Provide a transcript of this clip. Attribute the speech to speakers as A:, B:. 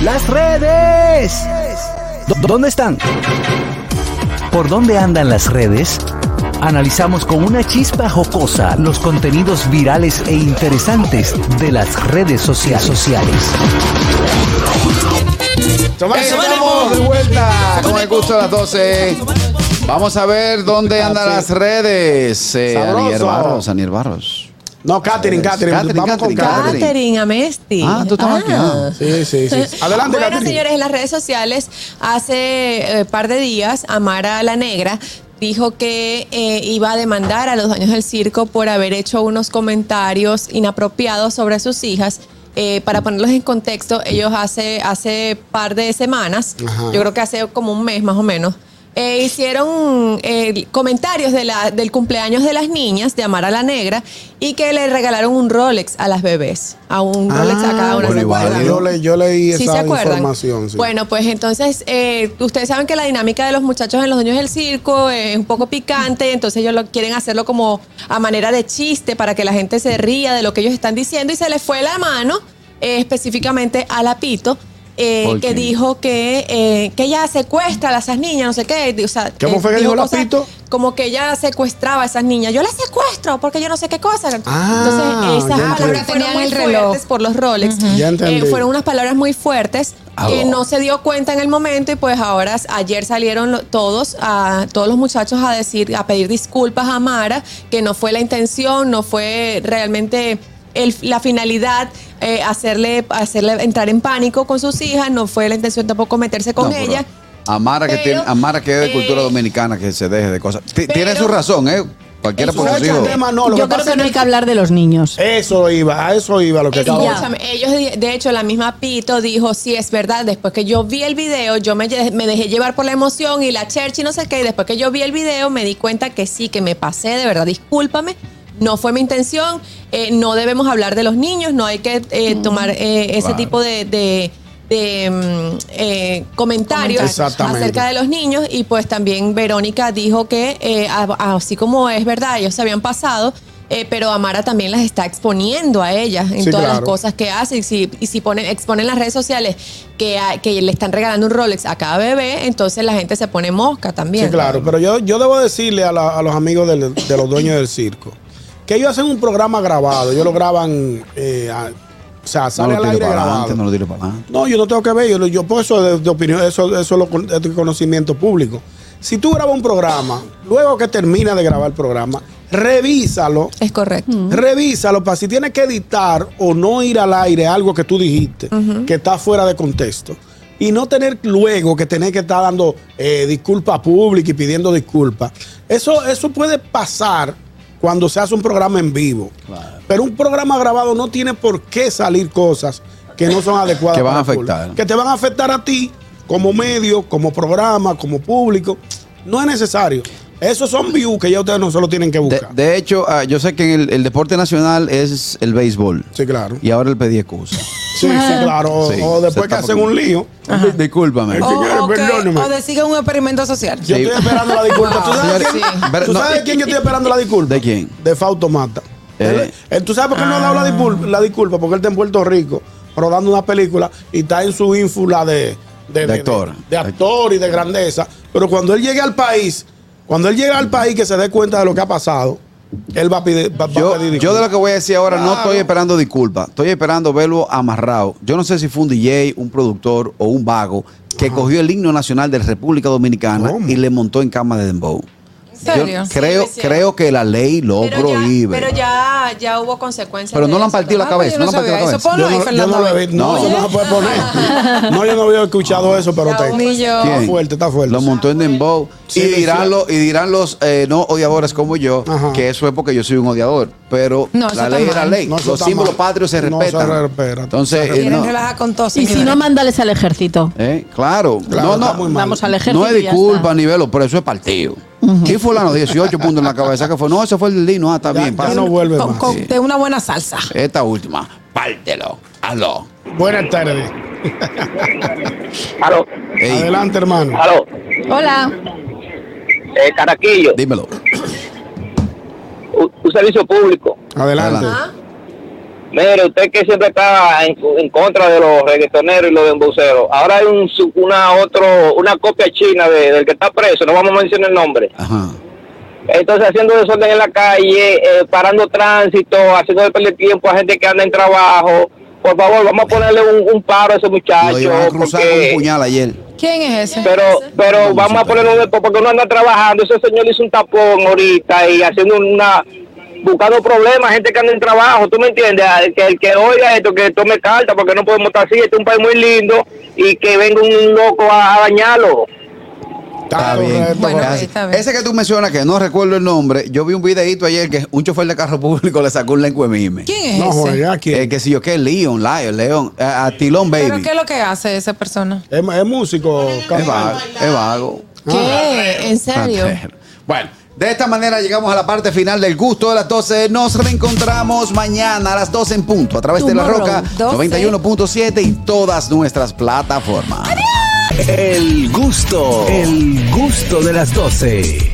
A: Las redes. ¿Dó- ¿Dónde están? ¿Por dónde andan las redes? Analizamos con una chispa jocosa los contenidos virales e interesantes de las redes socia- sociales.
B: Somales,
C: Eso,
B: estamos
C: vale,
B: de vuelta con el gusto de las 12. Vamos a ver dónde andan las redes. Eh,
C: Ah, Sabroso.
B: Anier Barros, Anier Barros.
C: No, Catherine, Catherine.
B: Catherine,
C: Vamos con
B: Catherine.
C: Catherine.
D: Catherine Amesti.
B: Ah, tú estabas aquí, ah.
C: Sí, sí, sí. Adelante,
D: bueno,
C: Catherine.
D: señores, en las redes sociales hace eh, par de días Amara la Negra dijo que eh, iba a demandar a los dueños del circo por haber hecho unos comentarios inapropiados sobre sus hijas. Eh, para ponerlos en contexto, ellos hace hace par de semanas,
C: Ajá.
D: yo creo que hace como un mes más o menos, eh, hicieron eh, comentarios de la- del cumpleaños de las niñas de Amara la Negra y que le regalaron un Rolex a las bebés, a un Rolex a cada una.
B: pero
D: ¿se
B: igual,
D: acuerdan?
B: ¿no?
C: Ah, Yo, le- yo leí
D: ¿Sí se
C: esa
D: acuerdan?
C: información. sí.
D: Bueno, pues entonces, eh, ustedes saben que la dinámica de los muchachos en los dueños del circo es un poco picante, entonces ellos lo quieren hacerlo como a manera de chiste para que la gente se ría de lo que ellos están diciendo y se les fue la mano eh, específicamente a Lapito. eh,
B: ¿Por
D: que
B: qué?
D: dijo que, eh, que ella secuestra a esas niñas, no sé qué. O sea,
C: ¿Cómo
D: eh,
C: fue que dijo
D: cosas
C: Lapito?
D: Como que ella secuestraba a esas niñas. Yo las secuestro porque yo no sé qué cosa.
C: Ah,
D: Entonces,
C: ya
D: esas
C: entendí.
D: palabras fueron
E: Tenían
D: muy
E: el reloj.
D: fuertes por los Rolex.
C: Ya
D: Eh,
C: entendí.
D: fueron unas palabras muy fuertes
B: Ah, oh.
D: que no se dio cuenta en el momento y pues ahora ayer salieron lo- todos a todos los muchachos a decir a pedir disculpas a Mara que no fue la intención no fue realmente el- la finalidad eh, hacerle hacerle entrar en pánico con sus hijas no fue la intención tampoco meterse con
B: No, pero
D: ella
B: Amara que,
D: Pero,
B: tiene, Amara que es de
D: eh,
B: cultura dominicana, que se deje de cosas. T-
D: pero-
B: tiene su razón, ¿eh? Cualquiera
D: Es
B: por
C: ¿Sabes
B: sus
C: qué
B: hijos.
C: tema? No, lo
E: Yo
C: que
E: creo
C: pasa
E: que no
C: es
E: hay que hablar de los niños.
C: Eso iba, a eso iba lo que acabo de decir.
D: Escúchame, ellos, di- de hecho, la misma Pito dijo, sí, es verdad, después que yo vi el video, yo me, lle- me dejé llevar por la emoción y la church y no sé qué, y después que yo vi el video me di cuenta que sí, que me pasé, de verdad, discúlpame, no fue mi intención, eh, no debemos hablar de los niños, no hay que eh, tomar eh, ese
B: Claro.
D: tipo de... de- de, mm, eh, comentarios
C: Exactamente.
D: acerca de los niños y pues también Verónica dijo que eh, a- así como es verdad ellos se habían pasado eh, pero Amara también las está exponiendo a ellas en
C: Sí,
D: todas
C: claro.
D: las cosas que hace. Y si, y si pone, exponen las redes sociales que, a- que le están regalando un Rolex a cada bebé, entonces la gente se pone mosca también.
C: Sí, claro, pero yo, yo debo decirle a, la- a los amigos del- de los dueños del circo que ellos hacen un programa grabado, ellos lo graban, eh, a- o sea,
B: No
C: sale
B: lo
C: al
B: tires
C: aire
B: para adelante,
C: grabado.
B: no lo tires para adelante.
C: No, yo no tengo que ver, yo, yo por eso de, de opinión, eso, eso es lo con- es de conocimiento público. Si tú grabas un programa, luego que termina de grabar el programa, revísalo,
D: Es correcto.
F: Mm.
C: revísalo para si tienes que editar o no ir al aire algo que tú dijiste, que está fuera de contexto. Y no tener luego que tener que estar dando eh, disculpa pública y pidiendo disculpas. Eso, eso puede pasar cuando se hace un programa en vivo. Pero un programa grabado no tiene por qué salir cosas que no son adecuadas.
B: Que van
C: para
B: a
C: el público.
B: afectar.
C: Que te van a afectar a ti como medio, como programa, como público. No es necesario. Esos son views que ya ustedes no se lo tienen que
B: De,
C: buscar.
B: de hecho, ah, yo sé que en el, el deporte nacional es el béisbol.
C: sí, claro.
B: Y ahora él pedí excusa.
C: Sí, sí, claro. O-
B: Sí,
C: o
B: se
C: después que
B: tapa
C: hacen
B: con-
C: un lío.
B: Di- Discúlpame.
C: Oh, Señores,
F: o, que-
C: perdónenme.
F: o de sigue un experimento social.
C: Yo
B: Sí.
C: estoy esperando la disculpa. ¿Tú sabes,
B: Señores,
C: quién,
B: sí.
C: ¿tú
B: Pero no- eh,
C: sabes de quién yo estoy esperando la disculpa?
B: ¿De quién?
C: De Fausto Mata.
B: Eh. Ah.
C: Él- él- ¿Tú sabes por qué no ha dado la disculpa? la disculpa? Porque él está en Puerto Rico rodando una película y está en su ínfula de,
B: De actor.
C: De, actor y de grandeza. Pero cuando él llegue al país, cuando él llegue al país que se dé cuenta de lo que ha pasado, él va a pedir, va- va a
B: Yo,
C: pedir disculpas.
B: yo de lo que voy a decir ahora no
C: Claro.
B: estoy esperando disculpas, estoy esperando verlo amarrado. Yo no sé si fue un DJ, un productor o un vago que cogió el himno nacional de la República Dominicana
C: ¿Cómo?
B: y le montó en cama de Dembow.
F: ¿En
B: Yo
F: serio?
B: creo,
D: Sí, sí.
B: creo que la ley lo
D: Pero, ya,
B: prohíbe.
D: pero ya, ya hubo consecuencias.
B: Pero no
D: de
B: le han
D: eso,
B: partido la
D: ¿no?
F: Ah, pues yo
B: cabeza,
F: no
B: no le han
F: sabía.
B: partido la cabeza.
F: Eso ponlo
C: Yo
F: ahí,
C: no, yo
F: Fernando.
C: no lo he- no,
B: No.
C: eso no se puede poner. No, yo no había escuchado eso, pero te.
F: Ni yo.
C: Está
B: ¿Quién?
C: fuerte, está fuerte.
B: Lo montó en Dembow.
C: Sí,
B: y,
C: lo
B: dirán
C: hicieron.
B: lo- y dirán los eh, no odiadores como yo,
C: Ajá.
B: que eso es porque yo soy un odiador. Pero
F: No, eso
B: la
F: está
B: ley es la
F: mal.
B: ley.
C: No, eso
B: los
C: está
B: símbolos
C: mal.
B: patrios se
C: No se
B: respetan.
C: respeta.
B: Entonces, eh,
F: Quieren
B: no.
F: relajar con todo,
E: Y si
F: señores.
E: no, mándales al ejército.
B: Eh, Claro.
C: Claro,
B: no,
C: está
B: no.
C: muy mal.
E: Vamos al ejército.
B: No es
E: y ya
B: disculpa,
E: está.
B: nivelo, pero eso es partido. Y fulano, 18 puntos en la cabeza que fue. No, ese fue el Lino. Ah, está
C: Ya-
B: bien,
C: ya
B: pasa.
C: no vuelve
F: Con-
C: más.
F: con- De una buena salsa.
B: Esta última, pártelo, hazlo.
C: Buenas tardes.
G: Aló,
B: Ey,
C: Adelante, hermano.
G: aló,
E: Hola.
G: eh, Caraquillo,
B: dímelo.
G: un, un servicio público.
C: Adelante.
B: Adelante.
D: Ah,
G: Mire, usted que siempre está en, en contra de los reggaetoneros y los embuceros. Ahora hay un, su- una otro una copia china de- del que está preso, no vamos a mencionar el nombre.
B: Ajá.
G: Entonces haciendo desorden en la calle, eh, parando tránsito, haciendo perder tiempo a gente que anda en trabajo. Por favor, vamos a ponerle un, un paro a ese
C: Ah,
B: Lo
G: muchacho.
B: iban a cruzar con un
G: porque-
B: puñal ayer.
F: ¿Quién es ese?
G: pero pero
B: Vamos
G: vamos
B: a
G: a poner un porque uno anda trabajando ese señor hizo un tapón ahorita y haciendo una buscando problemas gente que anda en trabajo tú me entiendes Ah, que el que oiga esto que tome carta porque no podemos estar así este es un país muy lindo y que venga un loco a, a dañarlo
B: Está bien.
C: correcto,
F: Bueno,
C: correcto.
F: ahí está bien.
B: Ese que tú mencionas, que no recuerdo el nombre, yo vi un videito ayer que un chofer de carro público le sacó un lengua mime.
F: ¿Quién es
C: No,
F: ese?
C: Jorge, ¿a quién?
B: Eh, que si yo que Leon, Lion, Leon, eh, a, a Tilón Baby.
F: ¿Pero qué es lo que hace esa persona?
C: Es, es músico,
B: Es vago,
C: cantante.
B: es vago.
D: ¿Qué? ¿En serio?
B: Bueno, de esta manera llegamos a la parte final del gusto de las 12. Nos reencontramos mañana a las 12 en punto a través de la
F: Tomorrow,
B: Roca
F: 12.
B: 91.7 y todas nuestras plataformas.
A: El gusto, el gusto de las 12.